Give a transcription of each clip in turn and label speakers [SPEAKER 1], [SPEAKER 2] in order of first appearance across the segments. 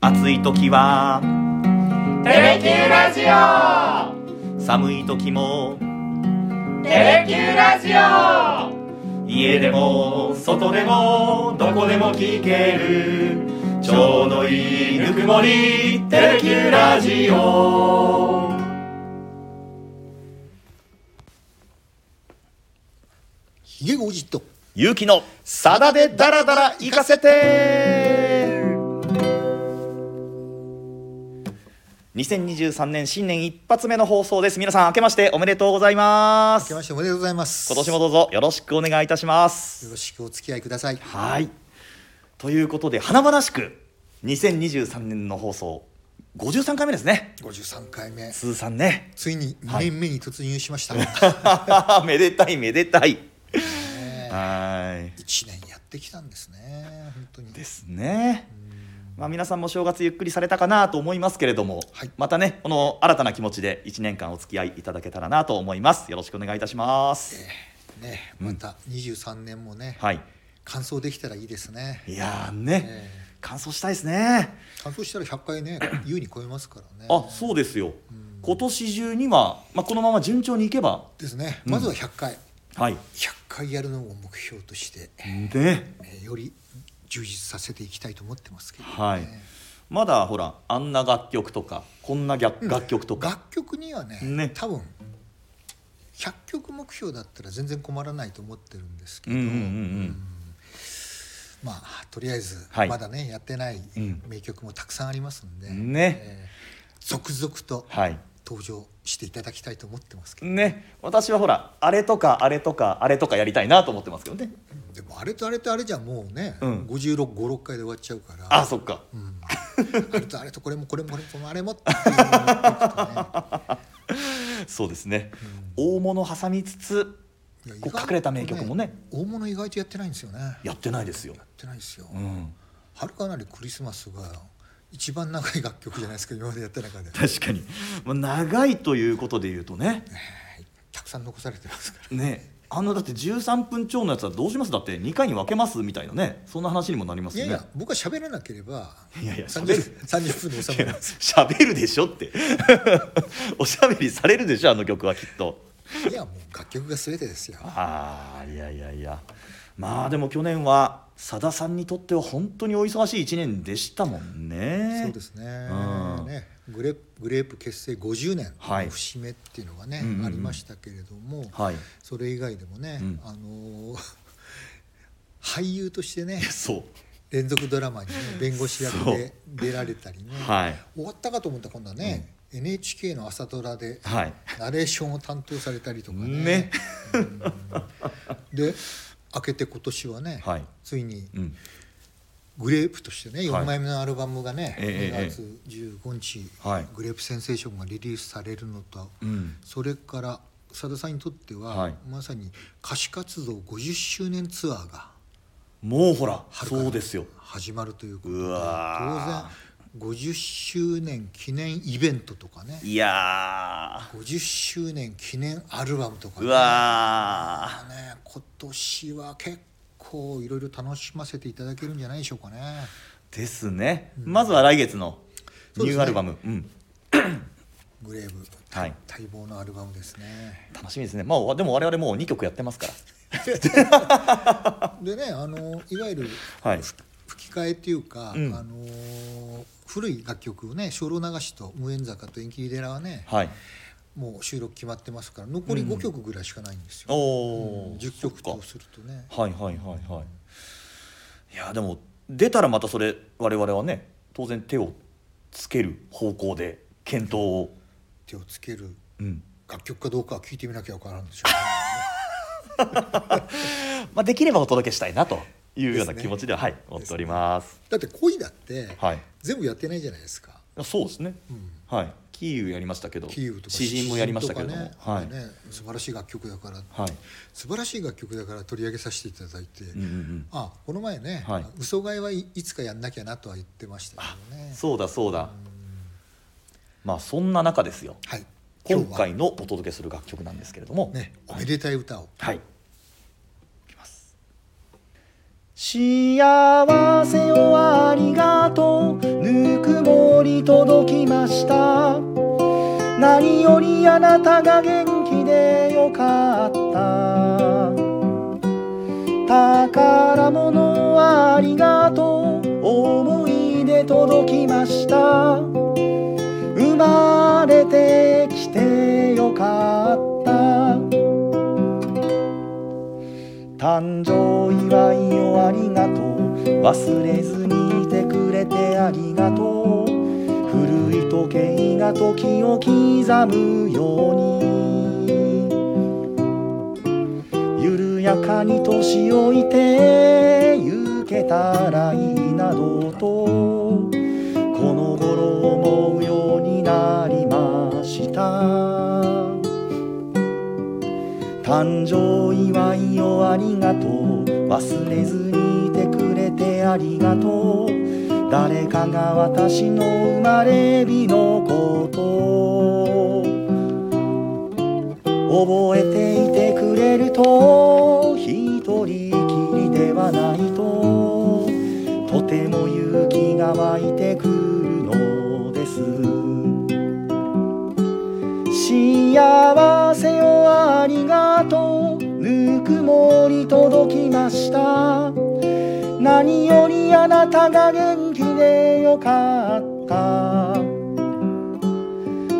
[SPEAKER 1] 暑い時は
[SPEAKER 2] テレキューラジオ
[SPEAKER 1] 寒い時も
[SPEAKER 2] テレキューラジオ
[SPEAKER 1] 家でも外でもどこでも聞けるちょうどいいぬくもりテレキューラジオ
[SPEAKER 3] ひげごじっと
[SPEAKER 1] ゆうきのさだでダラダラ行かせて2023年新年一発目の放送です皆さん明けましておめでとうございま
[SPEAKER 3] 明
[SPEAKER 1] す
[SPEAKER 3] けましておめでとうございます
[SPEAKER 1] 今年もどうぞよろしくお願いいたします
[SPEAKER 3] よろしくお付き合いください
[SPEAKER 1] はい。ということで、華々しく、2023年の放送、53回目ですね。
[SPEAKER 3] 53回目。
[SPEAKER 1] 通算ね
[SPEAKER 3] ついに2年目に突入しました、
[SPEAKER 1] めでたい、めでたい。は
[SPEAKER 3] 1年やってきたんですね本当に
[SPEAKER 1] い。ですね。まあ、皆さんも正月ゆっくりされたかなと思いますけれども、
[SPEAKER 3] はい
[SPEAKER 1] またねこの新たな気持ちで1年間お付き合いいただけたらなと思いますよろしくお願いいたします、
[SPEAKER 3] ねまた23年もね、
[SPEAKER 1] はい
[SPEAKER 3] 完走できたらいいですね
[SPEAKER 1] いやーね、
[SPEAKER 3] え
[SPEAKER 1] 完走したいですね
[SPEAKER 3] 完走したら100 回ね優に超えますからね
[SPEAKER 1] あそうですよ今年中には、まあ、このまま順調にいけば
[SPEAKER 3] ですねまずは100回、
[SPEAKER 1] はい
[SPEAKER 3] 100回やるのを目標として、
[SPEAKER 1] ね
[SPEAKER 3] えーより充実させていきたいと思ってますけど、
[SPEAKER 1] はい、まだほらあんな楽曲とかこんな逆楽曲とか、
[SPEAKER 3] 楽曲にはね
[SPEAKER 1] ね
[SPEAKER 3] 多分100曲目標だったら全然困らないと思ってるんですけ
[SPEAKER 1] うん、
[SPEAKER 3] ど、
[SPEAKER 1] うんうんうん
[SPEAKER 3] まあとりあえず、
[SPEAKER 1] はい
[SPEAKER 3] まだねやってない
[SPEAKER 1] うん
[SPEAKER 3] 名曲もたくさんありますんで、
[SPEAKER 1] ね
[SPEAKER 3] えー続々と
[SPEAKER 1] はい
[SPEAKER 3] 登場していただきたいと思ってますけど、
[SPEAKER 1] ね私はほらあれとかあれとかあれとかやりたいなと思ってますけどね
[SPEAKER 3] でもあれとあれとあれじゃもうね、
[SPEAKER 1] うん
[SPEAKER 3] 5656回で終わっちゃうから
[SPEAKER 1] あそっか
[SPEAKER 3] うん、あれとあれとこれもこれもこれもこれもあれもっていうのをやっていくとね
[SPEAKER 1] そうですね、大物挟みつつ
[SPEAKER 3] いや 意
[SPEAKER 1] こ
[SPEAKER 3] 外
[SPEAKER 1] う
[SPEAKER 3] と
[SPEAKER 1] 隠れた名曲もね
[SPEAKER 3] 大物意外とやってないんですよねや
[SPEAKER 1] やってないですよ、
[SPEAKER 3] ってないですよ、
[SPEAKER 1] うん、
[SPEAKER 3] はるかなりクリスマスが一番長い楽曲じゃないですか今までやった中で
[SPEAKER 1] 確かに、まあ、長いということで言うとね
[SPEAKER 3] たくさん残されてますから
[SPEAKER 1] ねあのだって13分超のやつはどうしますだって2回に分けますみたいなねそんな話にもなります
[SPEAKER 3] い
[SPEAKER 1] よ
[SPEAKER 3] や
[SPEAKER 1] ね
[SPEAKER 3] いや僕は喋らなければ
[SPEAKER 1] いやいや喋る
[SPEAKER 3] 30 30分で収める
[SPEAKER 1] 喋るでしょって おしゃべりされるでしょあの曲はきっと
[SPEAKER 3] いやもう楽曲が全てですよ
[SPEAKER 1] ああいやいやいやまあでも去年はさださんにとっては本当にお忙しい1年でしたもんね
[SPEAKER 3] そうですね
[SPEAKER 1] うん
[SPEAKER 3] ねグレグレープ結成50年
[SPEAKER 1] はい
[SPEAKER 3] の節目っていうのがね、
[SPEAKER 1] うんうんうん
[SPEAKER 3] ありましたけれども、
[SPEAKER 1] はい
[SPEAKER 3] それ以外でもね、
[SPEAKER 1] うん
[SPEAKER 3] あのー 俳優としてね
[SPEAKER 1] そう
[SPEAKER 3] 連続ドラマに、ね、弁護士役で出られたりね、
[SPEAKER 1] はい
[SPEAKER 3] 終わったかと思ったら今度はね、NHK の朝ドラで
[SPEAKER 1] はい
[SPEAKER 3] ナレーションを担当されたりとかね
[SPEAKER 1] ね
[SPEAKER 3] で明けて今年はね、
[SPEAKER 1] はい
[SPEAKER 3] ついに
[SPEAKER 1] うん
[SPEAKER 3] グレープとしてね
[SPEAKER 1] はい
[SPEAKER 3] 4枚目のアルバムがね、
[SPEAKER 1] ええ
[SPEAKER 3] 2月15日、
[SPEAKER 1] はい
[SPEAKER 3] グレープセンセーション」がリリースされるのと、
[SPEAKER 1] うん
[SPEAKER 3] それからさださんにとっては、
[SPEAKER 1] はい
[SPEAKER 3] まさに歌手活動50周年ツアーが
[SPEAKER 1] もうほら
[SPEAKER 3] 春から
[SPEAKER 1] そうですよ
[SPEAKER 3] 始まるということで
[SPEAKER 1] うわ
[SPEAKER 3] 当然50周年記念イベントとかね
[SPEAKER 1] いや
[SPEAKER 3] 50周年記念アルバムと
[SPEAKER 1] ー
[SPEAKER 3] かね
[SPEAKER 1] うわ
[SPEAKER 3] ね今年は結構いろいろ楽しませていただけるんじゃないでしょうかね
[SPEAKER 1] ーですね、まずは来月のニューアルバム、うん
[SPEAKER 3] グレーブ、
[SPEAKER 1] はい
[SPEAKER 3] 待望のアルバムですね
[SPEAKER 1] 楽しみですねまあでも我々もう2曲やってますから
[SPEAKER 3] でねあのいわゆる
[SPEAKER 1] はい
[SPEAKER 3] 吹き替えっていうか、
[SPEAKER 1] うん
[SPEAKER 3] あの古い楽曲をね「精霊流し」と「無縁坂」と「縁切り寺」はね
[SPEAKER 1] はい
[SPEAKER 3] もう収録決まってますから残り5曲ぐらいしかないんですよ、
[SPEAKER 1] おお、
[SPEAKER 3] 10曲とするとね
[SPEAKER 1] はいはいはいはいいやでも出たらまたそれ我々はね当然手をつける方向で検討を
[SPEAKER 3] 手をつける
[SPEAKER 1] うん、
[SPEAKER 3] 楽曲かどうかは聞いてみなきゃ分からんでしょうね
[SPEAKER 1] まあ、できればお届けしたいなというような
[SPEAKER 3] ですね
[SPEAKER 1] 気持ちでははい思っております
[SPEAKER 3] だって恋だって、
[SPEAKER 1] はい
[SPEAKER 3] 全部やってないじゃないですか
[SPEAKER 1] そうですね、はいキーウやりましたけど
[SPEAKER 3] キーウとか
[SPEAKER 1] 詩人もやりましたけれども、
[SPEAKER 3] 詩人とか
[SPEAKER 1] はい、
[SPEAKER 3] ねね素晴らしい楽曲だから、
[SPEAKER 1] はい
[SPEAKER 3] 素晴らしい楽曲だから取り上げさせていただいて、
[SPEAKER 1] うんうんうん
[SPEAKER 3] あこの前ね、
[SPEAKER 1] はい
[SPEAKER 3] 嘘買いはい、いつかやんなきゃなとは言ってましたけどね
[SPEAKER 1] そうだそうだまあそんな中ですよ
[SPEAKER 3] はい
[SPEAKER 1] 今
[SPEAKER 3] 日は
[SPEAKER 1] 回のお届けする楽曲なんですけれども、
[SPEAKER 3] ねおめでたい歌を、
[SPEAKER 1] はい。いきます。幸せをありがとうぬくも日あなたが元気でよかった宝物はありがとう思い出届きました生まれてきてよかった誕生祝いをありがとう忘れずにいてくれてありがとう古い時計が時を刻むように緩やかに年老いてゆけたらいいなどとこの頃思うようになりました誕生祝いをありがとう忘れずにいてくれてありがとう誰かが私の生まれ日のことを覚えていてくれると一人きりではないととても勇気が湧いてくるのです幸せをありがとうぬくもり届きました何よりあなたが元気でよかった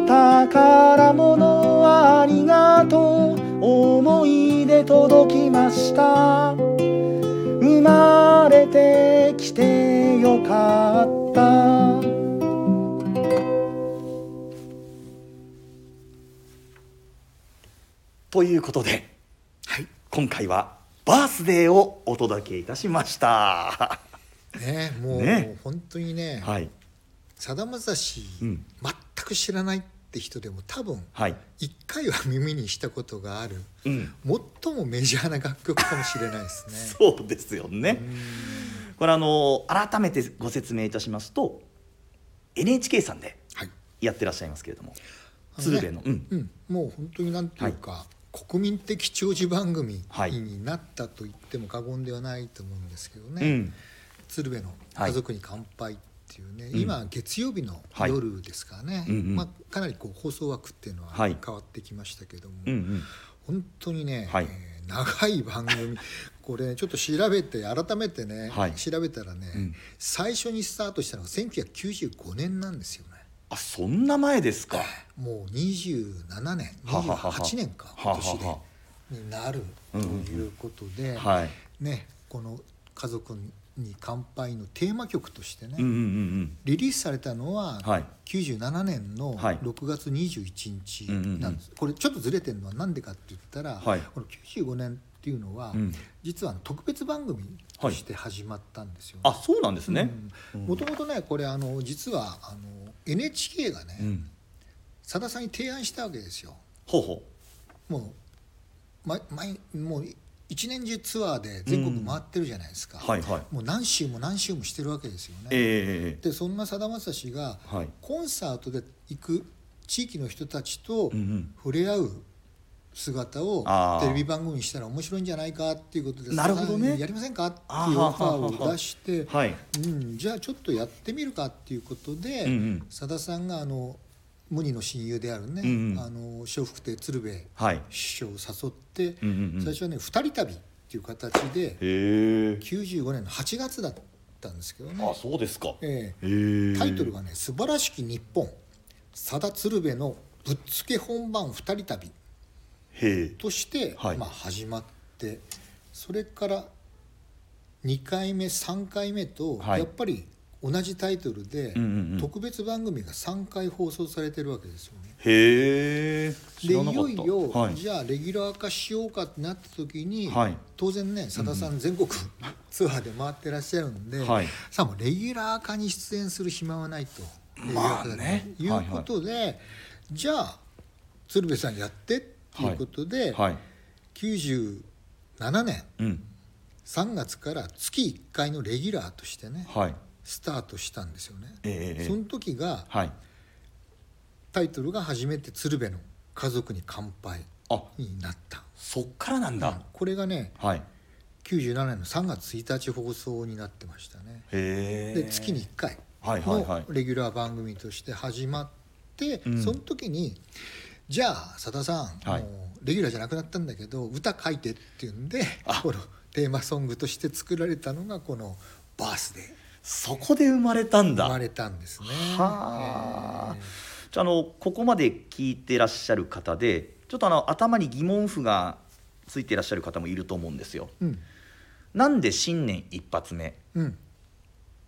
[SPEAKER 1] 宝物はありがとう思い出届きました生まれてきてよかったということで、今回はバースデーをお届けいたしました。
[SPEAKER 3] ねもう
[SPEAKER 1] ね
[SPEAKER 3] 本当にね
[SPEAKER 1] はい、
[SPEAKER 3] さだまさし
[SPEAKER 1] うん
[SPEAKER 3] 全く知らないって人でも多分
[SPEAKER 1] はい、
[SPEAKER 3] 一回は耳にしたことがある
[SPEAKER 1] うん、
[SPEAKER 3] 最もメジャーな楽曲かもしれないですね。
[SPEAKER 1] そうですよね。これあの改めてご説明いたしますと、NHK さんで
[SPEAKER 3] はい
[SPEAKER 1] やってらっしゃいますけれども、
[SPEAKER 3] あのね
[SPEAKER 1] 鶴瓶の、うん、
[SPEAKER 3] うん、もう本当になんていうか、国民的長寿番組
[SPEAKER 1] はい
[SPEAKER 3] になったと言っても過言ではないと思うんですけど
[SPEAKER 1] う
[SPEAKER 3] ね「
[SPEAKER 1] ん、
[SPEAKER 3] 鶴瓶の家族に乾杯」っていうね、今月曜日の
[SPEAKER 1] はい
[SPEAKER 3] 夜ですからね、
[SPEAKER 1] うんうん
[SPEAKER 3] まあ、かなりこう放送枠っていうのは
[SPEAKER 1] はい
[SPEAKER 3] 変わってきましたけども、
[SPEAKER 1] うん、うん、
[SPEAKER 3] 本当にね、
[SPEAKER 1] はい
[SPEAKER 3] えー長い番組 これちょっと調べて改めてね、
[SPEAKER 1] はい
[SPEAKER 3] 調べたらね、
[SPEAKER 1] ん
[SPEAKER 3] 最初にスタートしたのが1995年なんですよね。
[SPEAKER 1] あそんな前ですか。
[SPEAKER 3] もう27年
[SPEAKER 1] はははは
[SPEAKER 3] 28年か
[SPEAKER 1] は
[SPEAKER 3] 今
[SPEAKER 1] はは
[SPEAKER 3] 年でになるということで、
[SPEAKER 1] はい、
[SPEAKER 3] ね、この「家族に乾杯」のテーマ曲としてね、
[SPEAKER 1] うん、うん、うん、
[SPEAKER 3] リリースされたのは
[SPEAKER 1] はい
[SPEAKER 3] 97年の
[SPEAKER 1] はい
[SPEAKER 3] 6月21日なんです、これちょっとずれてるのは何でかって言ったら、
[SPEAKER 1] はい
[SPEAKER 3] この95年っていうのは、
[SPEAKER 1] うん
[SPEAKER 3] 実はあの特別番組として始まったんですよね、
[SPEAKER 1] あそうなんですね。
[SPEAKER 3] もともとねこれあの実はあの NHK がね、
[SPEAKER 1] うん、
[SPEAKER 3] さださんに提案したわけですよ
[SPEAKER 1] ほうほ
[SPEAKER 3] もう,、ま、毎もう一年中ツアーで全国回ってるじゃないですか、
[SPEAKER 1] う、はい、はい。
[SPEAKER 3] もう何周も何周もしてるわけですよね、
[SPEAKER 1] ええ
[SPEAKER 3] でそんなさだまさしが
[SPEAKER 1] はい
[SPEAKER 3] コンサートで行く地域の人たちと
[SPEAKER 1] うんうん
[SPEAKER 3] 触れ合う姿を
[SPEAKER 1] あー
[SPEAKER 3] テレビ番組にしたら面白いんじゃないかっていうことで
[SPEAKER 1] なるほどね
[SPEAKER 3] さださんにやりませんかっていうオファーを出して、
[SPEAKER 1] はい
[SPEAKER 3] うん、じゃあちょっとやってみるかっていうことで、
[SPEAKER 1] うんうん
[SPEAKER 3] さださんがあの無二の親友であるね、
[SPEAKER 1] うんうん
[SPEAKER 3] あの笑福亭鶴瓶
[SPEAKER 1] はい。
[SPEAKER 3] 師匠を誘って、
[SPEAKER 1] うんうんうん
[SPEAKER 3] 最初はね二人旅っていう形で
[SPEAKER 1] へえ。
[SPEAKER 3] 95年の8月だったんですけどね、
[SPEAKER 1] あそうですか。へ
[SPEAKER 3] ええ
[SPEAKER 1] え。
[SPEAKER 3] タイトルがね「素晴らしき日本さだ鶴瓶のぶっつけ本番二人旅
[SPEAKER 1] へえ」。
[SPEAKER 3] として、
[SPEAKER 1] はい
[SPEAKER 3] まあ、始まってそれから2回目3回目と、
[SPEAKER 1] はい
[SPEAKER 3] やっぱり同じタイトルで、
[SPEAKER 1] うんうんうん
[SPEAKER 3] 特別番組が3回放送されてるわけですよね。
[SPEAKER 1] へえ。
[SPEAKER 3] でいよいよ、
[SPEAKER 1] はい。
[SPEAKER 3] じゃあレギュラー化しようかってなった時に、
[SPEAKER 1] はい
[SPEAKER 3] 当然ねさださん全国 ツアーで回ってらっしゃるんで、
[SPEAKER 1] はい
[SPEAKER 3] さあもうレギュラー化に出演する暇はないと
[SPEAKER 1] まあね
[SPEAKER 3] レギュラー化だということで、じゃあ鶴瓶さんやってっていうことで、
[SPEAKER 1] はい。
[SPEAKER 3] 97年
[SPEAKER 1] うん。
[SPEAKER 3] 3月から月1回のレギュラーとしてね
[SPEAKER 1] はい。
[SPEAKER 3] スタートしたんですよね。
[SPEAKER 1] えええ
[SPEAKER 3] その時が
[SPEAKER 1] はい。
[SPEAKER 3] タイトルが初めて「鶴瓶の家族に乾杯
[SPEAKER 1] あ、」
[SPEAKER 3] になった。
[SPEAKER 1] そっからなんだ。
[SPEAKER 3] これがね
[SPEAKER 1] はい。
[SPEAKER 3] 97年の3月1日放送になってましたね
[SPEAKER 1] へえ。
[SPEAKER 3] で月に1回
[SPEAKER 1] はいはいは
[SPEAKER 3] の
[SPEAKER 1] い
[SPEAKER 3] レギュラー番組として始まって、
[SPEAKER 1] うん
[SPEAKER 3] その時にじゃあさださん、
[SPEAKER 1] はい
[SPEAKER 3] もうレギュラーじゃなくなったんだけど歌書いてっていうんでこのテーマソングとして作られたのがこの「バースデー」
[SPEAKER 1] そこで生まれたんだ
[SPEAKER 3] 生まれたんですね。
[SPEAKER 1] はあ、じゃああのここまで聞いてらっしゃる方でちょっとあの頭に疑問符がついてらっしゃる方もいると思うんですよ。
[SPEAKER 3] うん
[SPEAKER 1] なんで新年一発目
[SPEAKER 3] うん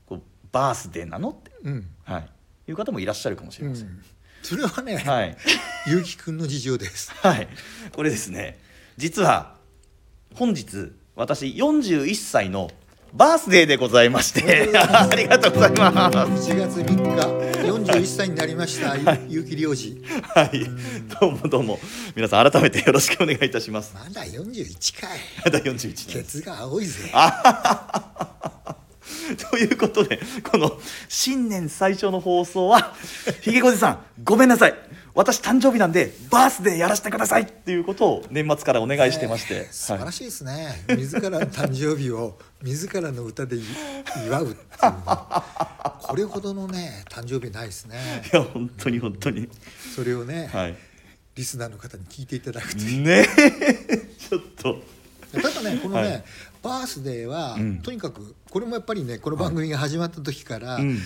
[SPEAKER 1] こうバースデーなのって、
[SPEAKER 3] うん
[SPEAKER 1] はい、いう方もいらっしゃるかもしれ
[SPEAKER 3] う
[SPEAKER 1] ません。
[SPEAKER 3] ん、それはね、
[SPEAKER 1] はい、
[SPEAKER 3] ゆうきくんの事情です。
[SPEAKER 1] はい、これですね実は本日私41歳のバースデーでございましてありがとうございます。
[SPEAKER 3] 1月3日、41歳になりました、ゆうきりょうじ。
[SPEAKER 1] はい、どうもどうも皆さん改めてよろしくお願いいたします。
[SPEAKER 3] まだ41かい。
[SPEAKER 1] 第41です
[SPEAKER 3] ケツが青いぜ。
[SPEAKER 1] ということでこの新年最初の放送はひげこじさんごめんなさい私誕生日なんでバースデーやらせてくださいっていうことを年末からお願いしてまして、
[SPEAKER 3] えー素晴
[SPEAKER 1] は
[SPEAKER 3] ら
[SPEAKER 1] い
[SPEAKER 3] しいですね、自らの誕生日を 自らの歌でい祝うっていうのこれほどのね誕生日ないですね
[SPEAKER 1] いや本当に本当に
[SPEAKER 3] それをね、
[SPEAKER 1] はい
[SPEAKER 3] リスナーの方に聞いていただくと
[SPEAKER 1] ねえちょっと
[SPEAKER 3] ただねこのね、
[SPEAKER 1] はい
[SPEAKER 3] バースデーは、
[SPEAKER 1] ん
[SPEAKER 3] とにかくこれもやっぱりねこの番組が始まった時から、
[SPEAKER 1] うん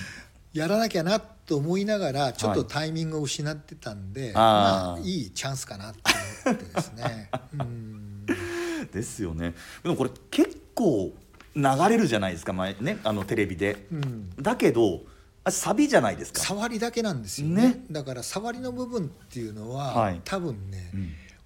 [SPEAKER 3] やらなきゃなと思いながらちょっ
[SPEAKER 1] は
[SPEAKER 3] と
[SPEAKER 1] い
[SPEAKER 3] タイミングを失ってたんで、
[SPEAKER 1] あー
[SPEAKER 3] まあいいチャンスかなと思ってで すねうん
[SPEAKER 1] ですよねでもこれ結構流れるじゃないですか前ねあのテレビで、
[SPEAKER 3] うん
[SPEAKER 1] だけどあサビじゃないですか
[SPEAKER 3] 触りだけなんですよね
[SPEAKER 1] ね
[SPEAKER 3] だから触りの部分っていうのは、
[SPEAKER 1] はい
[SPEAKER 3] 多分ね、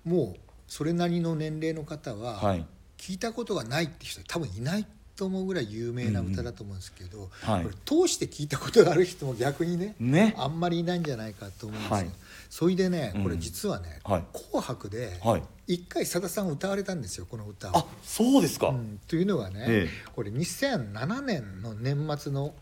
[SPEAKER 1] ん
[SPEAKER 3] もうそれなりの年齢の方は、
[SPEAKER 1] はい
[SPEAKER 3] 聞いたことがないって人多分いないと思うぐらい有名な歌だと思うんですけど、
[SPEAKER 1] はい
[SPEAKER 3] これ通して聞いたことがある人も逆にね
[SPEAKER 1] ね
[SPEAKER 3] あんまりいないんじゃないかと思うんですよ、
[SPEAKER 1] はい
[SPEAKER 3] それでねこれ
[SPEAKER 1] うん
[SPEAKER 3] 実はね「
[SPEAKER 1] はい
[SPEAKER 3] 紅白」で
[SPEAKER 1] はい
[SPEAKER 3] 一回さださん歌われたんですよこの歌を
[SPEAKER 1] あ。そうですか、
[SPEAKER 3] うん、というのはね、
[SPEAKER 1] え
[SPEAKER 3] これ2007年の年末の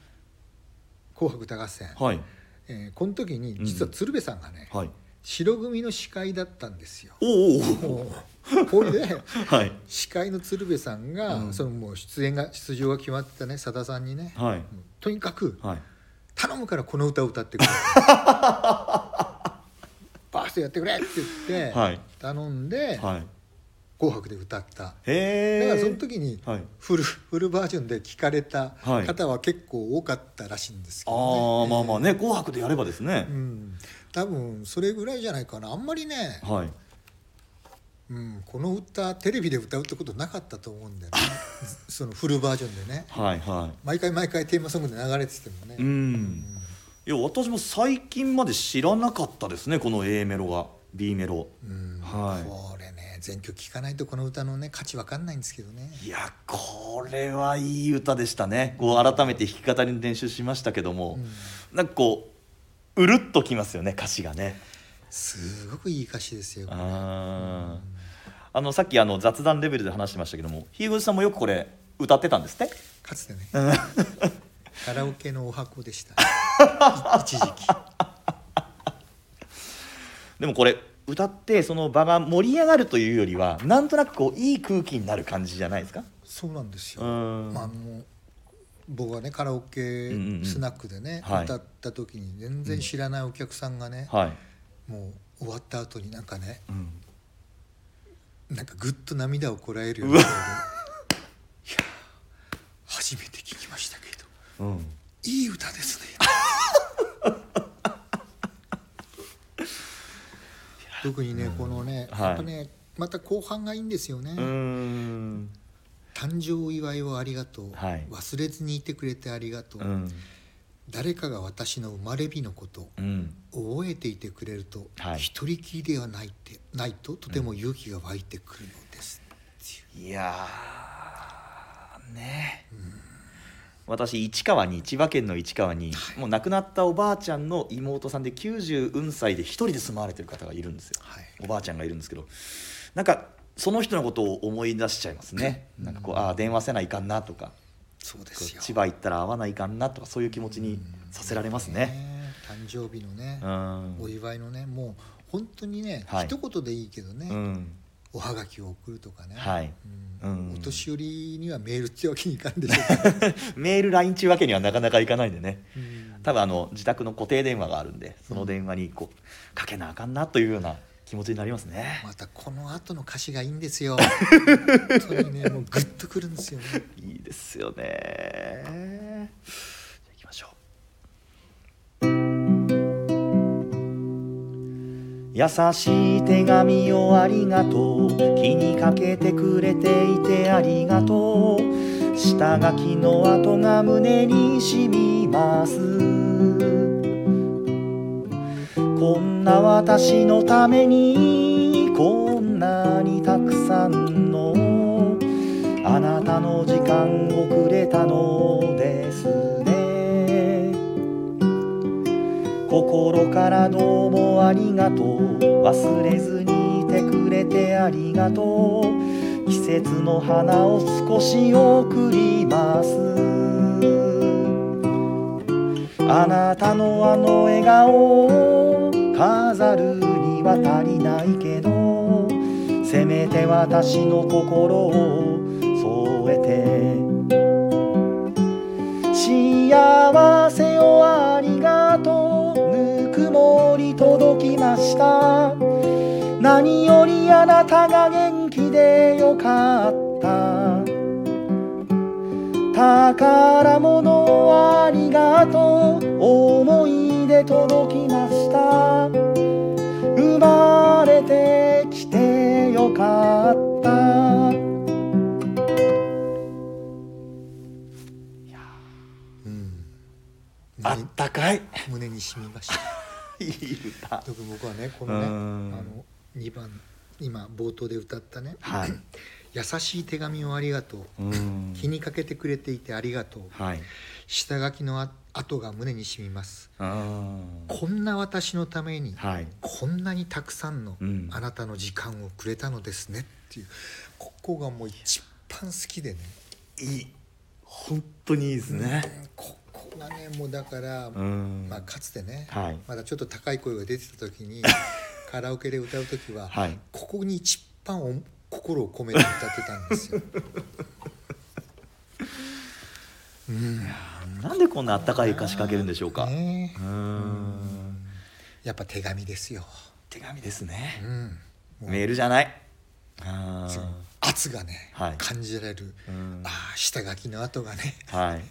[SPEAKER 3] 「紅白歌合戦」
[SPEAKER 1] はい
[SPEAKER 3] えーこの時に実は鶴瓶さんがね、
[SPEAKER 1] はい
[SPEAKER 3] 白組の司会だったんですよ。
[SPEAKER 1] おうおうおう
[SPEAKER 3] もうこれで
[SPEAKER 1] はい
[SPEAKER 3] 司会の鶴瓶さんが、
[SPEAKER 1] うん
[SPEAKER 3] そのもう出演が出場が決まってたねさださんにね、
[SPEAKER 1] はい
[SPEAKER 3] とにかく
[SPEAKER 1] はい
[SPEAKER 3] 頼むからこの歌を歌ってく れバーストやってくれって言って、
[SPEAKER 1] はい
[SPEAKER 3] 頼んで、
[SPEAKER 1] はい
[SPEAKER 3] 紅白」で歌った
[SPEAKER 1] へ
[SPEAKER 3] だ
[SPEAKER 1] え
[SPEAKER 3] からその時に
[SPEAKER 1] はい
[SPEAKER 3] フルフルバージョンで聞かれた
[SPEAKER 1] はい
[SPEAKER 3] 方は結構多かったらしいんですけ
[SPEAKER 1] あ
[SPEAKER 3] どね、
[SPEAKER 1] ーまあまあね「紅白」でやればですね
[SPEAKER 3] う、ん、多分それぐらいじゃないかなあんまりね、
[SPEAKER 1] はい
[SPEAKER 3] うん、この歌テレビで歌うってことなかったと思うん だよねそのフルバージョンでね
[SPEAKER 1] はいはい
[SPEAKER 3] 毎回毎回テーマソングで流れててもね、
[SPEAKER 1] うんいや私も最近まで知らなかったですねこの A メロが B メロ、
[SPEAKER 3] うん
[SPEAKER 1] は
[SPEAKER 3] これね全曲聴かないとこの歌のね価値わかんないんですけどね
[SPEAKER 1] いいやこれはいい歌でしたねこう改めて弾き語りの練習しましたけども、なんかこううるっときますよね歌詞がね
[SPEAKER 3] すごくいい歌詞ですよ
[SPEAKER 1] あーあのさっきあの雑談レベルで話してましたけどもひげぐさんもよくこれ歌ってたんですって
[SPEAKER 3] かつてねカラオケのお箱でしたい一時期
[SPEAKER 1] でもこれ歌ってその場が盛り上がるというよりはなんとなくこういい空気になる感じじゃないですか
[SPEAKER 3] そうなんですよ、
[SPEAKER 1] うん
[SPEAKER 3] まあ、あの僕はねカラオケ
[SPEAKER 1] うんうんうん
[SPEAKER 3] スナックでね、
[SPEAKER 1] はい
[SPEAKER 3] 歌った時に全然知らないお客さんがね、
[SPEAKER 1] はい、
[SPEAKER 3] もう終わった後になんかね
[SPEAKER 1] うん、
[SPEAKER 3] なんかぐっと涙をこらえるような声で「いや初めて聞きましたけど
[SPEAKER 1] うん
[SPEAKER 3] いい歌で すね」特にねこのね、
[SPEAKER 1] はい
[SPEAKER 3] やっぱねまた後半がいいんですよね。
[SPEAKER 1] うーん
[SPEAKER 3] 誕生祝いをありがとう、
[SPEAKER 1] はい
[SPEAKER 3] 忘れずにいてくれてありがとう、
[SPEAKER 1] うん
[SPEAKER 3] 誰かが私の生まれ日のこと
[SPEAKER 1] うん
[SPEAKER 3] 覚えていてくれると、
[SPEAKER 1] はい
[SPEAKER 3] 一人きりではないってないととても勇気が湧いてくるのです、
[SPEAKER 1] いやーね私市川に千葉県の市川に、もう亡くなったおばあちゃんの妹さんで90運歳で一人で住まわれてる方がいるんですよ、
[SPEAKER 3] はい
[SPEAKER 1] おばあちゃんがいるんですけどなんかその人のことを思い出しちゃいますねなんかこうああ電話せないかんなとか
[SPEAKER 3] そうで
[SPEAKER 1] こ
[SPEAKER 3] す
[SPEAKER 1] う
[SPEAKER 3] よ
[SPEAKER 1] 千葉行ったら会わないかんなとかそういう気持ちにさせられますね
[SPEAKER 3] ね誕生日のね
[SPEAKER 1] う、ん
[SPEAKER 3] お祝いのねもう本当にね、
[SPEAKER 1] はい
[SPEAKER 3] 一言でいいけどね、
[SPEAKER 1] うん
[SPEAKER 3] おはがきを送るとかね、
[SPEAKER 1] はい
[SPEAKER 3] うん
[SPEAKER 1] うん
[SPEAKER 3] お年寄りにはメールってわけにいかんでしょうから、
[SPEAKER 1] メール LINE 中わけにはなかなかいかないんでね
[SPEAKER 3] うん
[SPEAKER 1] 多分あの自宅の固定電話があるんでその電話にこうかけなあかんなというような気持ちになりますね
[SPEAKER 3] またこの後の歌詞がいいんですよ本当にねもうグッとくるんですよね
[SPEAKER 1] いいですよねじゃあ行きましょう優しい手紙をありがとう気にかけてくれていてありがとう下書きの跡が胸にしみますこんな私のためにこんなにたくさんのあなたの時間をくれたのですね心からどうもありがとう忘れずにいてくれてありがとう季節の花を少し送りますあなたのあの笑顔を飾るには足りないけどせめて私の心を添えて幸せをありがとうぬくもり届きました何よりあなたが元気でよかった宝物をありがとう思い出届きました生まれてきてよかった
[SPEAKER 3] 胸に
[SPEAKER 1] た かい
[SPEAKER 3] 胸に染みま した
[SPEAKER 1] いい歌
[SPEAKER 3] 特に僕はねこのねあ
[SPEAKER 1] うん
[SPEAKER 3] の2番今冒頭で歌ったね
[SPEAKER 1] はい
[SPEAKER 3] 「優しい手紙をありがとう」
[SPEAKER 1] うん
[SPEAKER 3] 気にかけてくれていてありがとう」
[SPEAKER 1] はい
[SPEAKER 3] 下書きのあ跡が胸に染みます
[SPEAKER 1] うん
[SPEAKER 3] こんな私のために、
[SPEAKER 1] はい
[SPEAKER 3] こんなにたくさんの
[SPEAKER 1] うん
[SPEAKER 3] あなたの時間をくれたのですねっていうここがもう一番好きでね
[SPEAKER 1] いい本当にいいですね
[SPEAKER 3] ここがねもうだから、
[SPEAKER 1] うん
[SPEAKER 3] まあ、かつてね、
[SPEAKER 1] はい
[SPEAKER 3] まだちょっと高い声が出てた 時にカラオケで歌う時は、
[SPEAKER 1] はい
[SPEAKER 3] ここに一番お心を込めて歌ってたん ですよ。
[SPEAKER 1] なんでこんなあったかい歌詞書けるんでしょうか
[SPEAKER 3] ね
[SPEAKER 1] う、ん
[SPEAKER 3] やっぱ手紙ですよ。
[SPEAKER 1] 手紙ですね
[SPEAKER 3] うん、もう
[SPEAKER 1] メールじゃないあー
[SPEAKER 3] 圧がね、
[SPEAKER 1] はい
[SPEAKER 3] 感じられる、
[SPEAKER 1] うん
[SPEAKER 3] ああ下書きの跡がね
[SPEAKER 1] はい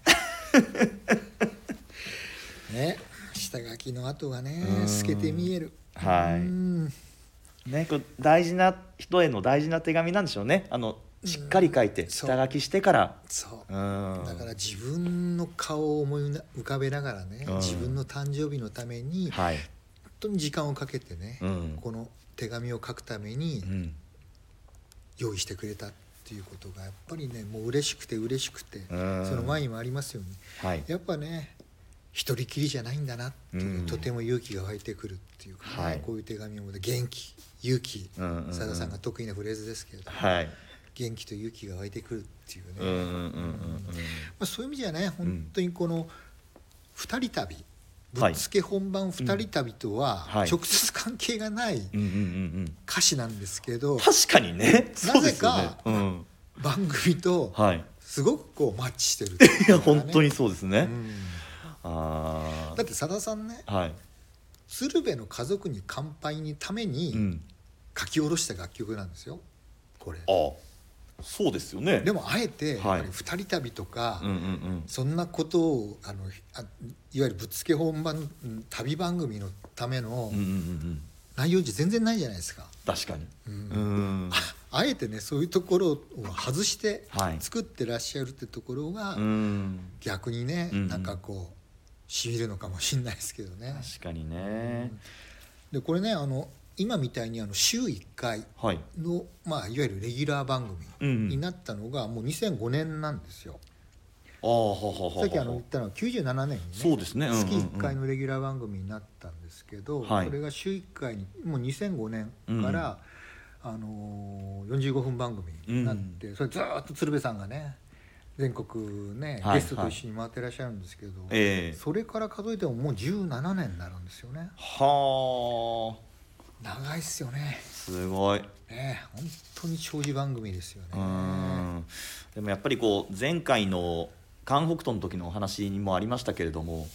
[SPEAKER 3] ね下書きの跡がね
[SPEAKER 1] うん
[SPEAKER 3] 透けて見える
[SPEAKER 1] はい
[SPEAKER 3] うん
[SPEAKER 1] ね、こう大事な人への大事な手紙なんでしょうねあのしっかり書いて
[SPEAKER 3] そう
[SPEAKER 1] 下書きしてから
[SPEAKER 3] そううだから
[SPEAKER 1] ん
[SPEAKER 3] 自分の顔を思い浮かべながらね
[SPEAKER 1] うん
[SPEAKER 3] 自分の誕生日のために本
[SPEAKER 1] はい
[SPEAKER 3] 当に時間をかけてね
[SPEAKER 1] うん
[SPEAKER 3] この手紙を書くために
[SPEAKER 1] うん
[SPEAKER 3] 用意してくれたっていうことがやっぱりねもう嬉しくて嬉しくてそ
[SPEAKER 1] ん
[SPEAKER 3] の前にもありますよね
[SPEAKER 1] はい
[SPEAKER 3] やっぱね一人きりじゃないんだなっていう、
[SPEAKER 1] うん
[SPEAKER 3] とても勇気が湧いてくるっていうかね、
[SPEAKER 1] はい
[SPEAKER 3] こういう手紙もね元気勇気
[SPEAKER 1] うんうんうん
[SPEAKER 3] さださんが得意なフレーズですけれども
[SPEAKER 1] はい
[SPEAKER 3] 元気と勇気が湧いてくるっていうね、
[SPEAKER 1] うんうんう
[SPEAKER 3] ま
[SPEAKER 1] んうん
[SPEAKER 3] あ、そういう意味じゃね本当にこの二人旅ぶ
[SPEAKER 1] はい
[SPEAKER 3] っつけ本番二人旅とは
[SPEAKER 1] はい
[SPEAKER 3] 直接関係がない
[SPEAKER 1] うんうんうんうん
[SPEAKER 3] 歌詞なんですけど、
[SPEAKER 1] 確かにねそうですよね
[SPEAKER 3] なぜか
[SPEAKER 1] うん
[SPEAKER 3] 番組と
[SPEAKER 1] はい
[SPEAKER 3] すごくこうマッチしてるって
[SPEAKER 1] いうや
[SPEAKER 3] のがね
[SPEAKER 1] 本当に、そうです
[SPEAKER 3] う
[SPEAKER 1] ね
[SPEAKER 3] ん
[SPEAKER 1] あ
[SPEAKER 3] だってさださんね
[SPEAKER 1] あはい
[SPEAKER 3] 鶴瓶の家族に乾杯にため
[SPEAKER 1] う
[SPEAKER 3] に
[SPEAKER 1] ん
[SPEAKER 3] 書き下ろした楽曲なんですよこれ
[SPEAKER 1] ああそうですよね
[SPEAKER 3] でもあえてやっ
[SPEAKER 1] はい
[SPEAKER 3] ぱり二人旅とか、
[SPEAKER 1] うんうんうん
[SPEAKER 3] そんなことをあのあいわゆるぶっつけ本番うん旅番組のための
[SPEAKER 1] うんうんうんうん
[SPEAKER 3] 内容じゃ全然ないじゃないですか、
[SPEAKER 1] 確かに
[SPEAKER 3] うん
[SPEAKER 1] うん
[SPEAKER 3] あえてねそういうところを外して
[SPEAKER 1] はい
[SPEAKER 3] 作ってらっしゃるってところが、
[SPEAKER 1] うん
[SPEAKER 3] 逆にね、
[SPEAKER 1] うんうん
[SPEAKER 3] なんかこうしみるのかもしれないですけどね
[SPEAKER 1] 確かにね
[SPEAKER 3] でこれねあの今みたいにあの週1回
[SPEAKER 1] はい
[SPEAKER 3] の、まあ、いわゆるレギュラー番
[SPEAKER 1] うんうん
[SPEAKER 3] 組になったのがもう2005年なんですよ。
[SPEAKER 1] ああはははは
[SPEAKER 3] さっきあの言ったのは97年にね
[SPEAKER 1] そうですねうんうんうん
[SPEAKER 3] 月1回のレギュラー番組になったんですけど、
[SPEAKER 1] はい
[SPEAKER 3] これが週1回にもう2005年から、あのー45分番組になって、それずーっと鶴瓶さんがね全国ね、
[SPEAKER 1] はい
[SPEAKER 3] ゲストと一緒に回ってらっしゃるんですけど、
[SPEAKER 1] ええ
[SPEAKER 3] それから数えてももう17年になるんですよね
[SPEAKER 1] は
[SPEAKER 3] 長いっすよね
[SPEAKER 1] あすごい、
[SPEAKER 3] ねえ本当に長寿番組ですよね
[SPEAKER 1] うーんでもやっぱりこう前回の韓北斗の時のお話にもありましたけれども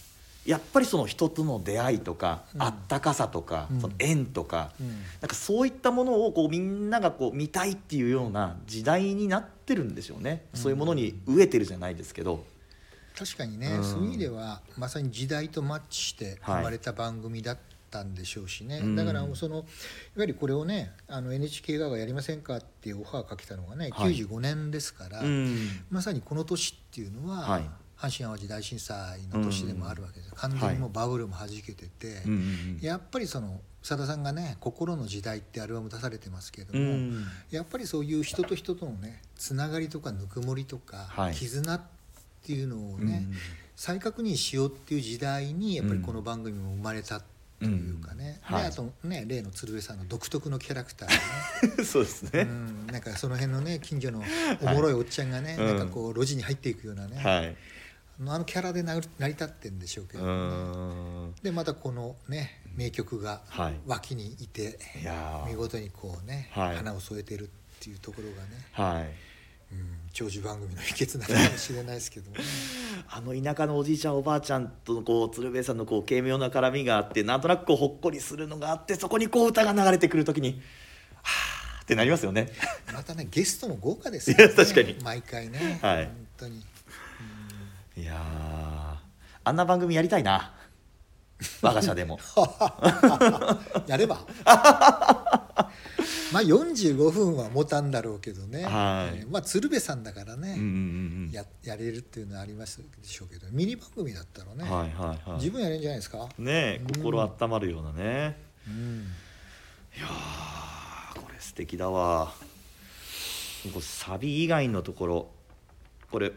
[SPEAKER 1] やっぱりその人との出会いとか、
[SPEAKER 3] うん
[SPEAKER 1] あったかさとか、
[SPEAKER 3] うん
[SPEAKER 1] その縁とか、
[SPEAKER 3] うん
[SPEAKER 1] なんかそういったものをこうみんながこう見たいっていうような時代になってるんでしょうね、そういうものに飢えてるじゃないですけど、
[SPEAKER 3] 確かにね、
[SPEAKER 1] うん
[SPEAKER 3] そういう意味ではまさに時代とマッチして生まれた番組だったんでしょうしね、
[SPEAKER 1] うん
[SPEAKER 3] だからそのいわゆるこれをねあの NHK 側がやりませんかっていうオファーかけたのがね、
[SPEAKER 1] はい
[SPEAKER 3] 95年ですから、
[SPEAKER 1] うん
[SPEAKER 3] まさにこの年っていうのは、
[SPEAKER 1] はい
[SPEAKER 3] 阪神・淡路大震災の年でもあるわけです、完全にもうバブルもはじけてて、
[SPEAKER 1] うんうん
[SPEAKER 3] やっぱりそのさださんがね「心の時代」ってアルバム出されてますけれど
[SPEAKER 1] う
[SPEAKER 3] も、
[SPEAKER 1] ん
[SPEAKER 3] やっぱりそういう人と人とのねつながりとかぬくもりとか、
[SPEAKER 1] はい
[SPEAKER 3] 絆っていうのをね、
[SPEAKER 1] うん
[SPEAKER 3] 再確認しようっていう時代にやっぱりこの番組も生まれたというかね、
[SPEAKER 1] うんうんはい
[SPEAKER 3] であとね例の鶴瓶さんの独特のキャラ クター
[SPEAKER 1] うんそうですね、
[SPEAKER 3] ね、うん、なんかその辺のね近所のおもろいおっちゃんがね、
[SPEAKER 1] はい
[SPEAKER 3] なんかこう路地に入っていくようなね、
[SPEAKER 1] はい
[SPEAKER 3] あのあのキャラでな成り立ってんでしょうけ
[SPEAKER 1] う
[SPEAKER 3] ど、ね
[SPEAKER 1] ん
[SPEAKER 3] でまたこのね名曲が
[SPEAKER 1] はい
[SPEAKER 3] 脇にいて、
[SPEAKER 1] いやー
[SPEAKER 3] 見事にこうね、
[SPEAKER 1] はい
[SPEAKER 3] 花を添えてるっていうところがね
[SPEAKER 1] はい
[SPEAKER 3] うん長寿番組の秘訣なのかもしれないで すけどもね
[SPEAKER 1] あの田舎のおじいちゃんおばあちゃんとのこう鶴瓶さんのこう軽妙な絡みがあってなんとなくこうほっこりするのがあってそこにこう歌が流れてくるときにはあってなりますよね。
[SPEAKER 3] またねゲストも豪華です
[SPEAKER 1] いや確かに
[SPEAKER 3] 毎回ね、
[SPEAKER 1] はい
[SPEAKER 3] 本当に
[SPEAKER 1] いやーあんな番組やりたい な我が社でも
[SPEAKER 3] や ればまあ45分は持たんだろうけどね、
[SPEAKER 1] はい
[SPEAKER 3] えーまあ鶴瓶さんだからね、
[SPEAKER 1] うんうんうん
[SPEAKER 3] ややれるっていうのはありますでしょうけどミニ番組だったら
[SPEAKER 1] うん
[SPEAKER 3] ね、
[SPEAKER 1] はいはいはい
[SPEAKER 3] 自分やれんじゃないですか、
[SPEAKER 1] ねえ
[SPEAKER 3] うん
[SPEAKER 1] 心温まるようなね
[SPEAKER 3] うん
[SPEAKER 1] あーこれ素敵だわこうサビ以外のところこれ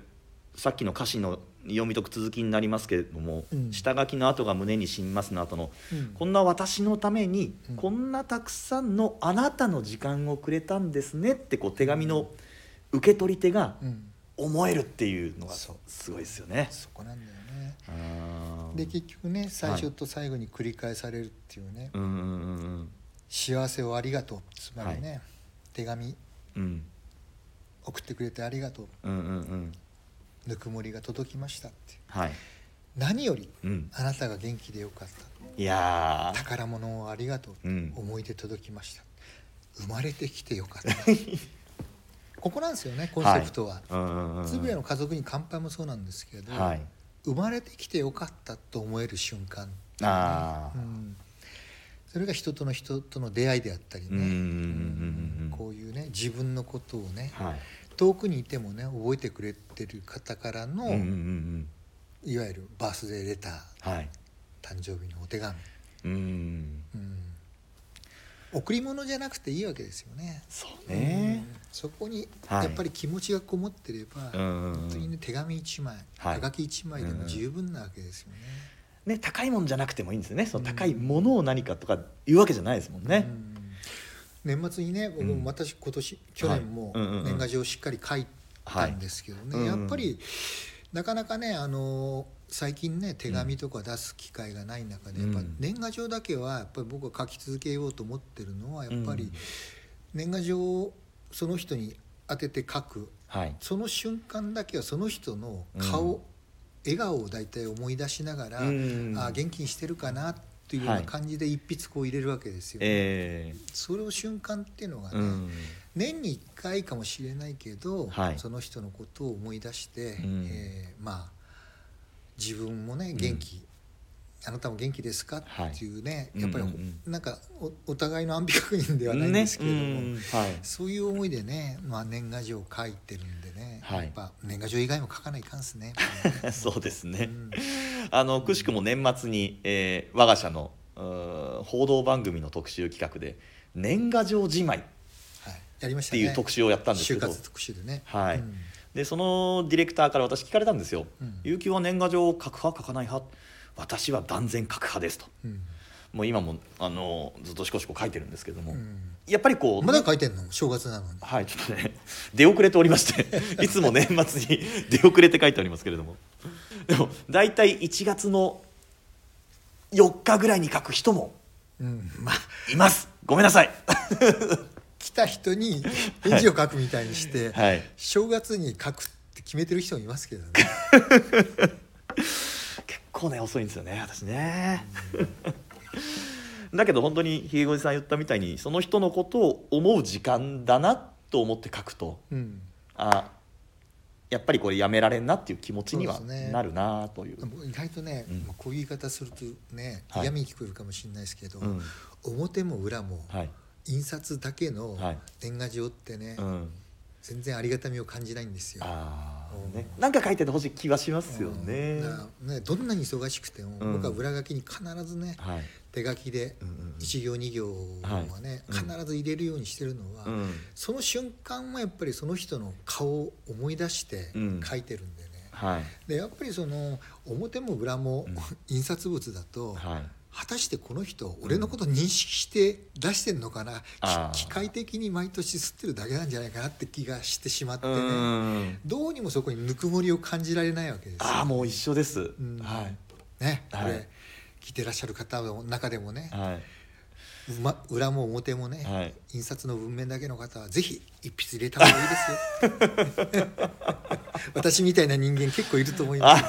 [SPEAKER 1] さっきの歌詞の読み解く続きになりますけれども、
[SPEAKER 3] うん
[SPEAKER 1] 下書きの後が胸に染みますの後の、
[SPEAKER 3] うん
[SPEAKER 1] こんな私のために、
[SPEAKER 3] うん
[SPEAKER 1] こんなたくさんのあなたの時間をくれたんですねってこう手紙の受け取り手が
[SPEAKER 3] うん、
[SPEAKER 1] 思えるっていうのが
[SPEAKER 3] そう
[SPEAKER 1] すごいですよね。
[SPEAKER 3] そこなんだよね
[SPEAKER 1] あー
[SPEAKER 3] で結局ね最初と最後に繰り返されるっていうね、
[SPEAKER 1] うんうんうん
[SPEAKER 3] 幸せをありがとうつまりね、手紙
[SPEAKER 1] うんうん
[SPEAKER 3] 送ってくれてありがとう
[SPEAKER 1] うんうんうん
[SPEAKER 3] ぬくもりが届きましたって
[SPEAKER 1] はい、
[SPEAKER 3] 何より
[SPEAKER 1] うん、
[SPEAKER 3] あなたが元気でよかっ
[SPEAKER 1] いや
[SPEAKER 3] た宝物をありがとう、
[SPEAKER 1] うん
[SPEAKER 3] 思い出届きました生まれてきてよ かったここなんですよねコンセプトは、
[SPEAKER 1] ー、うんうんうん、
[SPEAKER 3] つぶやの家族に乾杯もそうなんですけど、
[SPEAKER 1] はい、
[SPEAKER 3] 生まれてきてよかったと思える瞬間っていうね
[SPEAKER 1] あ
[SPEAKER 3] う
[SPEAKER 1] あ、
[SPEAKER 3] ん、それが人との人との出会いであったりね、
[SPEAKER 1] うんうんうんうんうん
[SPEAKER 3] こういうね自分のことをね、
[SPEAKER 1] はい、
[SPEAKER 3] 遠くにいてもね覚えてくれてる方からの、
[SPEAKER 1] うんうんうん
[SPEAKER 3] いわゆるバースデーレター
[SPEAKER 1] うん、はい、
[SPEAKER 3] 誕生日のお手紙、
[SPEAKER 1] うん、
[SPEAKER 3] うん、贈り物じゃなくていいわけですよね。
[SPEAKER 1] そうね
[SPEAKER 3] う、んそこに
[SPEAKER 1] はい
[SPEAKER 3] やっぱり気持ちがこもってれば、
[SPEAKER 1] うんうんうん
[SPEAKER 3] 本当にね手紙1枚、
[SPEAKER 1] はい
[SPEAKER 3] はがき1枚でも十分なわけですよね。
[SPEAKER 1] ね高いもんじゃなくてもいいんですよね。その高いものを何かとかいうわけじゃないですもんね
[SPEAKER 3] う。ん年末にね僕も私今年、去年も
[SPEAKER 1] うんうんうん
[SPEAKER 3] 年賀状をしっかり書いたんですけどね、
[SPEAKER 1] はいうんうん
[SPEAKER 3] やっぱりなかなかねあの最近ね手紙とか出す機会がない中で、
[SPEAKER 1] うん
[SPEAKER 3] やっぱ年賀状だけはやっぱり僕は書き続けようと思ってるのはやっぱ
[SPEAKER 1] う
[SPEAKER 3] り
[SPEAKER 1] ん
[SPEAKER 3] 年賀状をその人に当てて書く
[SPEAKER 1] はい、
[SPEAKER 3] その瞬間だけはその人の顔、
[SPEAKER 1] うん
[SPEAKER 3] 笑顔を大体思い出しながら、
[SPEAKER 1] うん
[SPEAKER 3] あー元気にしてるかなというような感じで一筆こう入れるわけですよね。
[SPEAKER 1] え
[SPEAKER 3] それを瞬間っていうのが
[SPEAKER 1] えー、
[SPEAKER 3] ね、
[SPEAKER 1] うん、
[SPEAKER 3] 年に1回かもしれないけど、
[SPEAKER 1] はい
[SPEAKER 3] その人のことを思い出して、
[SPEAKER 1] うん
[SPEAKER 3] えーまあ自分もね元気、あなたも元気ですか
[SPEAKER 1] はい
[SPEAKER 3] っていうね、
[SPEAKER 1] うん
[SPEAKER 3] やっぱり、
[SPEAKER 1] うんうん
[SPEAKER 3] なんかおお互いの安否確認ではないんですけれども、
[SPEAKER 1] ね はい、
[SPEAKER 3] そういう思いでね、まあ、年賀状を書いてるんでね、
[SPEAKER 1] はい
[SPEAKER 3] やっぱ年賀状以外も書かないかんっすね。
[SPEAKER 1] そうですね、
[SPEAKER 3] うん
[SPEAKER 1] あのくしくも年末に、えー我が社のうー報道番組の特集企画で年賀状じまいっ
[SPEAKER 3] はい、やりました
[SPEAKER 1] てい
[SPEAKER 3] ね。
[SPEAKER 1] う特集をやったんですけ
[SPEAKER 3] 就
[SPEAKER 1] ど、
[SPEAKER 3] 活特集でね。
[SPEAKER 1] はい
[SPEAKER 3] うん
[SPEAKER 1] でそのディレクターから私聞かれたんですよ
[SPEAKER 3] う
[SPEAKER 1] 「
[SPEAKER 3] ん
[SPEAKER 1] 有、給、は年賀状を書く派書かない派私は断然書く派です」と
[SPEAKER 3] うん
[SPEAKER 1] もう今もあのずっとしこしこ書いてるんですけども、
[SPEAKER 3] うん
[SPEAKER 1] やっぱりこう
[SPEAKER 3] まだ書いてんの正月なのに。
[SPEAKER 1] はいちょっとね出遅れておりまして いつも年末に 出遅れて書いてありますけれどもでも大体1月の4日ぐらいに書く人も
[SPEAKER 3] うん、まあ
[SPEAKER 1] いますごめんなさい
[SPEAKER 3] 来た人に返事を書くみたいにして、
[SPEAKER 1] はい
[SPEAKER 3] 正月に書くって決めてる人もいますけどね。
[SPEAKER 1] 結構構ね遅いんですよね私ね だけど本当にひげごじさん言ったみたいにその人のことを思う時間だなと思って書くと
[SPEAKER 3] うん
[SPEAKER 1] あやっぱりこれやめられんなっていう気持ちには
[SPEAKER 3] そうですね
[SPEAKER 1] なるなという
[SPEAKER 3] でも意外とね、
[SPEAKER 1] うん
[SPEAKER 3] まあこういう言い方するとね
[SPEAKER 1] はい
[SPEAKER 3] 嫌味に聞こえるかもしれないですけど、
[SPEAKER 1] うん
[SPEAKER 3] 表も裏も
[SPEAKER 1] はい、
[SPEAKER 3] 印刷だけの
[SPEAKER 1] はい
[SPEAKER 3] 年賀状ってね、
[SPEAKER 1] うん、
[SPEAKER 3] 全然ありがたみを感じないんですよ。
[SPEAKER 1] ああ、ね、なんか書いててほしい気はしますよね
[SPEAKER 3] うんだからねどんなに忙しくても、
[SPEAKER 1] うん
[SPEAKER 3] 僕は裏書きに必ずね
[SPEAKER 1] はい、
[SPEAKER 3] 手書きで
[SPEAKER 1] うんうんうん
[SPEAKER 3] 1行2行はね、
[SPEAKER 1] はいうん
[SPEAKER 3] 必ず入れるようにしてるのは、
[SPEAKER 1] うん、
[SPEAKER 3] その瞬間はやっぱりその人の顔を思い出して
[SPEAKER 1] うん
[SPEAKER 3] 書いてるんでね、
[SPEAKER 1] はい
[SPEAKER 3] でやっぱりその表も裏も、
[SPEAKER 1] うん
[SPEAKER 3] 印刷物だと、
[SPEAKER 1] はい
[SPEAKER 3] 果たしてこの人俺のこと認識して出してんのかな、き
[SPEAKER 1] あー
[SPEAKER 3] 機械的に毎年吸ってるだけなんじゃないかなって気がしてしまって
[SPEAKER 1] う
[SPEAKER 3] ね、
[SPEAKER 1] ん
[SPEAKER 3] どうにもそこにぬくもりを感じられないわけですよ
[SPEAKER 1] ああもう一緒です、
[SPEAKER 3] うん
[SPEAKER 1] はい
[SPEAKER 3] ね、
[SPEAKER 1] はい
[SPEAKER 3] これ聞いてらっしゃる方の中でもね、
[SPEAKER 1] はいう
[SPEAKER 3] ま、裏も表もね、
[SPEAKER 1] はい
[SPEAKER 3] 印刷の文面だけの方はぜひ一筆入れた方がいいですよ 私みたいな人間結構いると思いますよ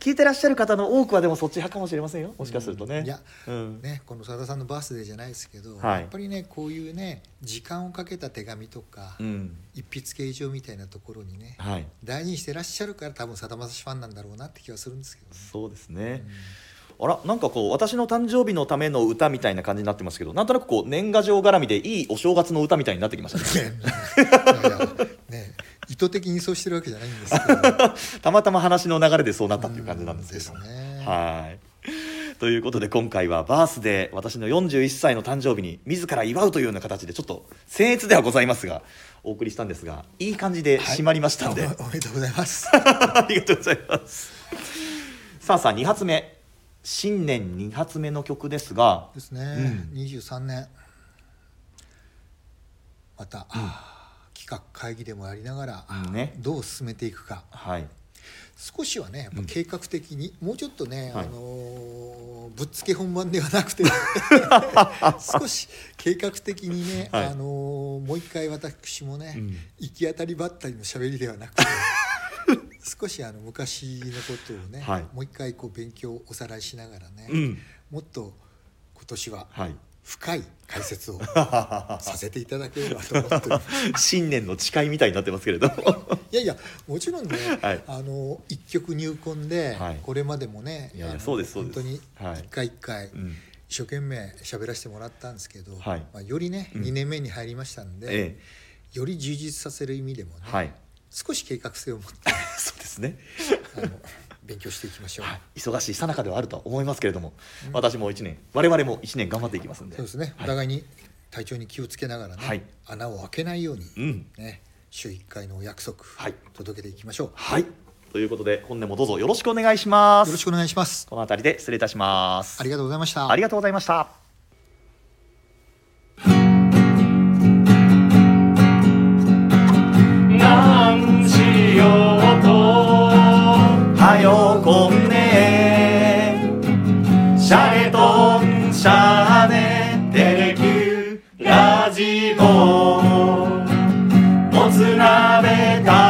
[SPEAKER 1] 聞いてらっしゃる方の多くはでもそっち派かもしれませんよもしかするとね、
[SPEAKER 3] いや、
[SPEAKER 1] うん
[SPEAKER 3] ね、このさださんのバースデーじゃないですけど、
[SPEAKER 1] はい
[SPEAKER 3] やっぱりねこういうね時間をかけた手紙とか、
[SPEAKER 1] うん、
[SPEAKER 3] 一筆形状みたいなところにね、
[SPEAKER 1] はい
[SPEAKER 3] 大事にしてらっしゃるから多分さだまさしファンなんだろうなって気はするんですけ どね、
[SPEAKER 1] そうですね、あらなんかこう私の誕生日のための歌みたいな感じになってますけどなんとなくこう年賀状絡みでいいお正月の歌みたいになってきましたね
[SPEAKER 3] いやいやね意図的にそうしてるわけじゃないんですけど
[SPEAKER 1] たまたま話の流れでそうな ったっていう感じなんですけど
[SPEAKER 3] うんですね
[SPEAKER 1] はいということで今回はバースデー私の41歳の誕生日に自ら祝うというような形でちょっと僭越ではございますがお送りしたんですがいい感じで締まりましたんで、
[SPEAKER 3] おおめでとうございます。
[SPEAKER 1] ありがとうございます。さあさあ2発目新年2発目の曲ですが
[SPEAKER 3] ですね
[SPEAKER 1] う。ん
[SPEAKER 3] 二十三年。また、企画会議でもやりながら、
[SPEAKER 1] うんね
[SPEAKER 3] どう進めていくか。
[SPEAKER 1] はい
[SPEAKER 3] 少しはね、やっぱ計画的に、もうちょっとね、
[SPEAKER 1] はい
[SPEAKER 3] あのーぶっつけ本番ではな くて、少し計画的にね、
[SPEAKER 1] はい
[SPEAKER 3] あのーもう一回私もね、
[SPEAKER 1] うん
[SPEAKER 3] 行き当たりばったりの喋りではなく て。少しあの昔のことをね、
[SPEAKER 1] はい
[SPEAKER 3] もう一回こう勉強をおさらいしながらね、
[SPEAKER 1] うん
[SPEAKER 3] もっと今年は
[SPEAKER 1] はい
[SPEAKER 3] 深い解説をさせていただければと思 っております
[SPEAKER 1] 新年の誓いみたいになってますけれども
[SPEAKER 3] いやいやもちろんね、
[SPEAKER 1] はい
[SPEAKER 3] あの一曲入魂で、
[SPEAKER 1] はい
[SPEAKER 3] これまでもね
[SPEAKER 1] いやいや
[SPEAKER 3] あの
[SPEAKER 1] そうですそうです
[SPEAKER 3] 本当
[SPEAKER 1] はい
[SPEAKER 3] に一回一回
[SPEAKER 1] うん
[SPEAKER 3] 一生懸命喋らせてもらったんですけど、
[SPEAKER 1] はい
[SPEAKER 3] まあ、よりね、
[SPEAKER 1] うん
[SPEAKER 3] 2年目に入りましたんで、
[SPEAKER 1] ええ
[SPEAKER 3] より充実させる意味でもね、
[SPEAKER 1] はい
[SPEAKER 3] 少し計画性を持って
[SPEAKER 1] そうですね、
[SPEAKER 3] あの 勉強していきましょう。
[SPEAKER 1] はい、忙しい最中ではあるとは思いますけれども、私も1年我々も1年頑張っていきますんで
[SPEAKER 3] そうですね、
[SPEAKER 1] は
[SPEAKER 3] お
[SPEAKER 1] い
[SPEAKER 3] 互いに体調に気をつけながらね、
[SPEAKER 1] はい
[SPEAKER 3] 穴を開けないように、
[SPEAKER 1] うん
[SPEAKER 3] ね、週1回のお約束、
[SPEAKER 1] はい
[SPEAKER 3] 届けていきましょう。
[SPEAKER 1] はいということで本年もどうぞよろしくお願いします
[SPEAKER 3] よろしくお願いします。
[SPEAKER 1] この辺りで失礼いたします
[SPEAKER 3] ありがとうございました
[SPEAKER 1] あ。りがとうございました
[SPEAKER 4] なんしようと
[SPEAKER 1] はよこんね
[SPEAKER 4] シャレとんシャネテレキューラジオもつ鍋食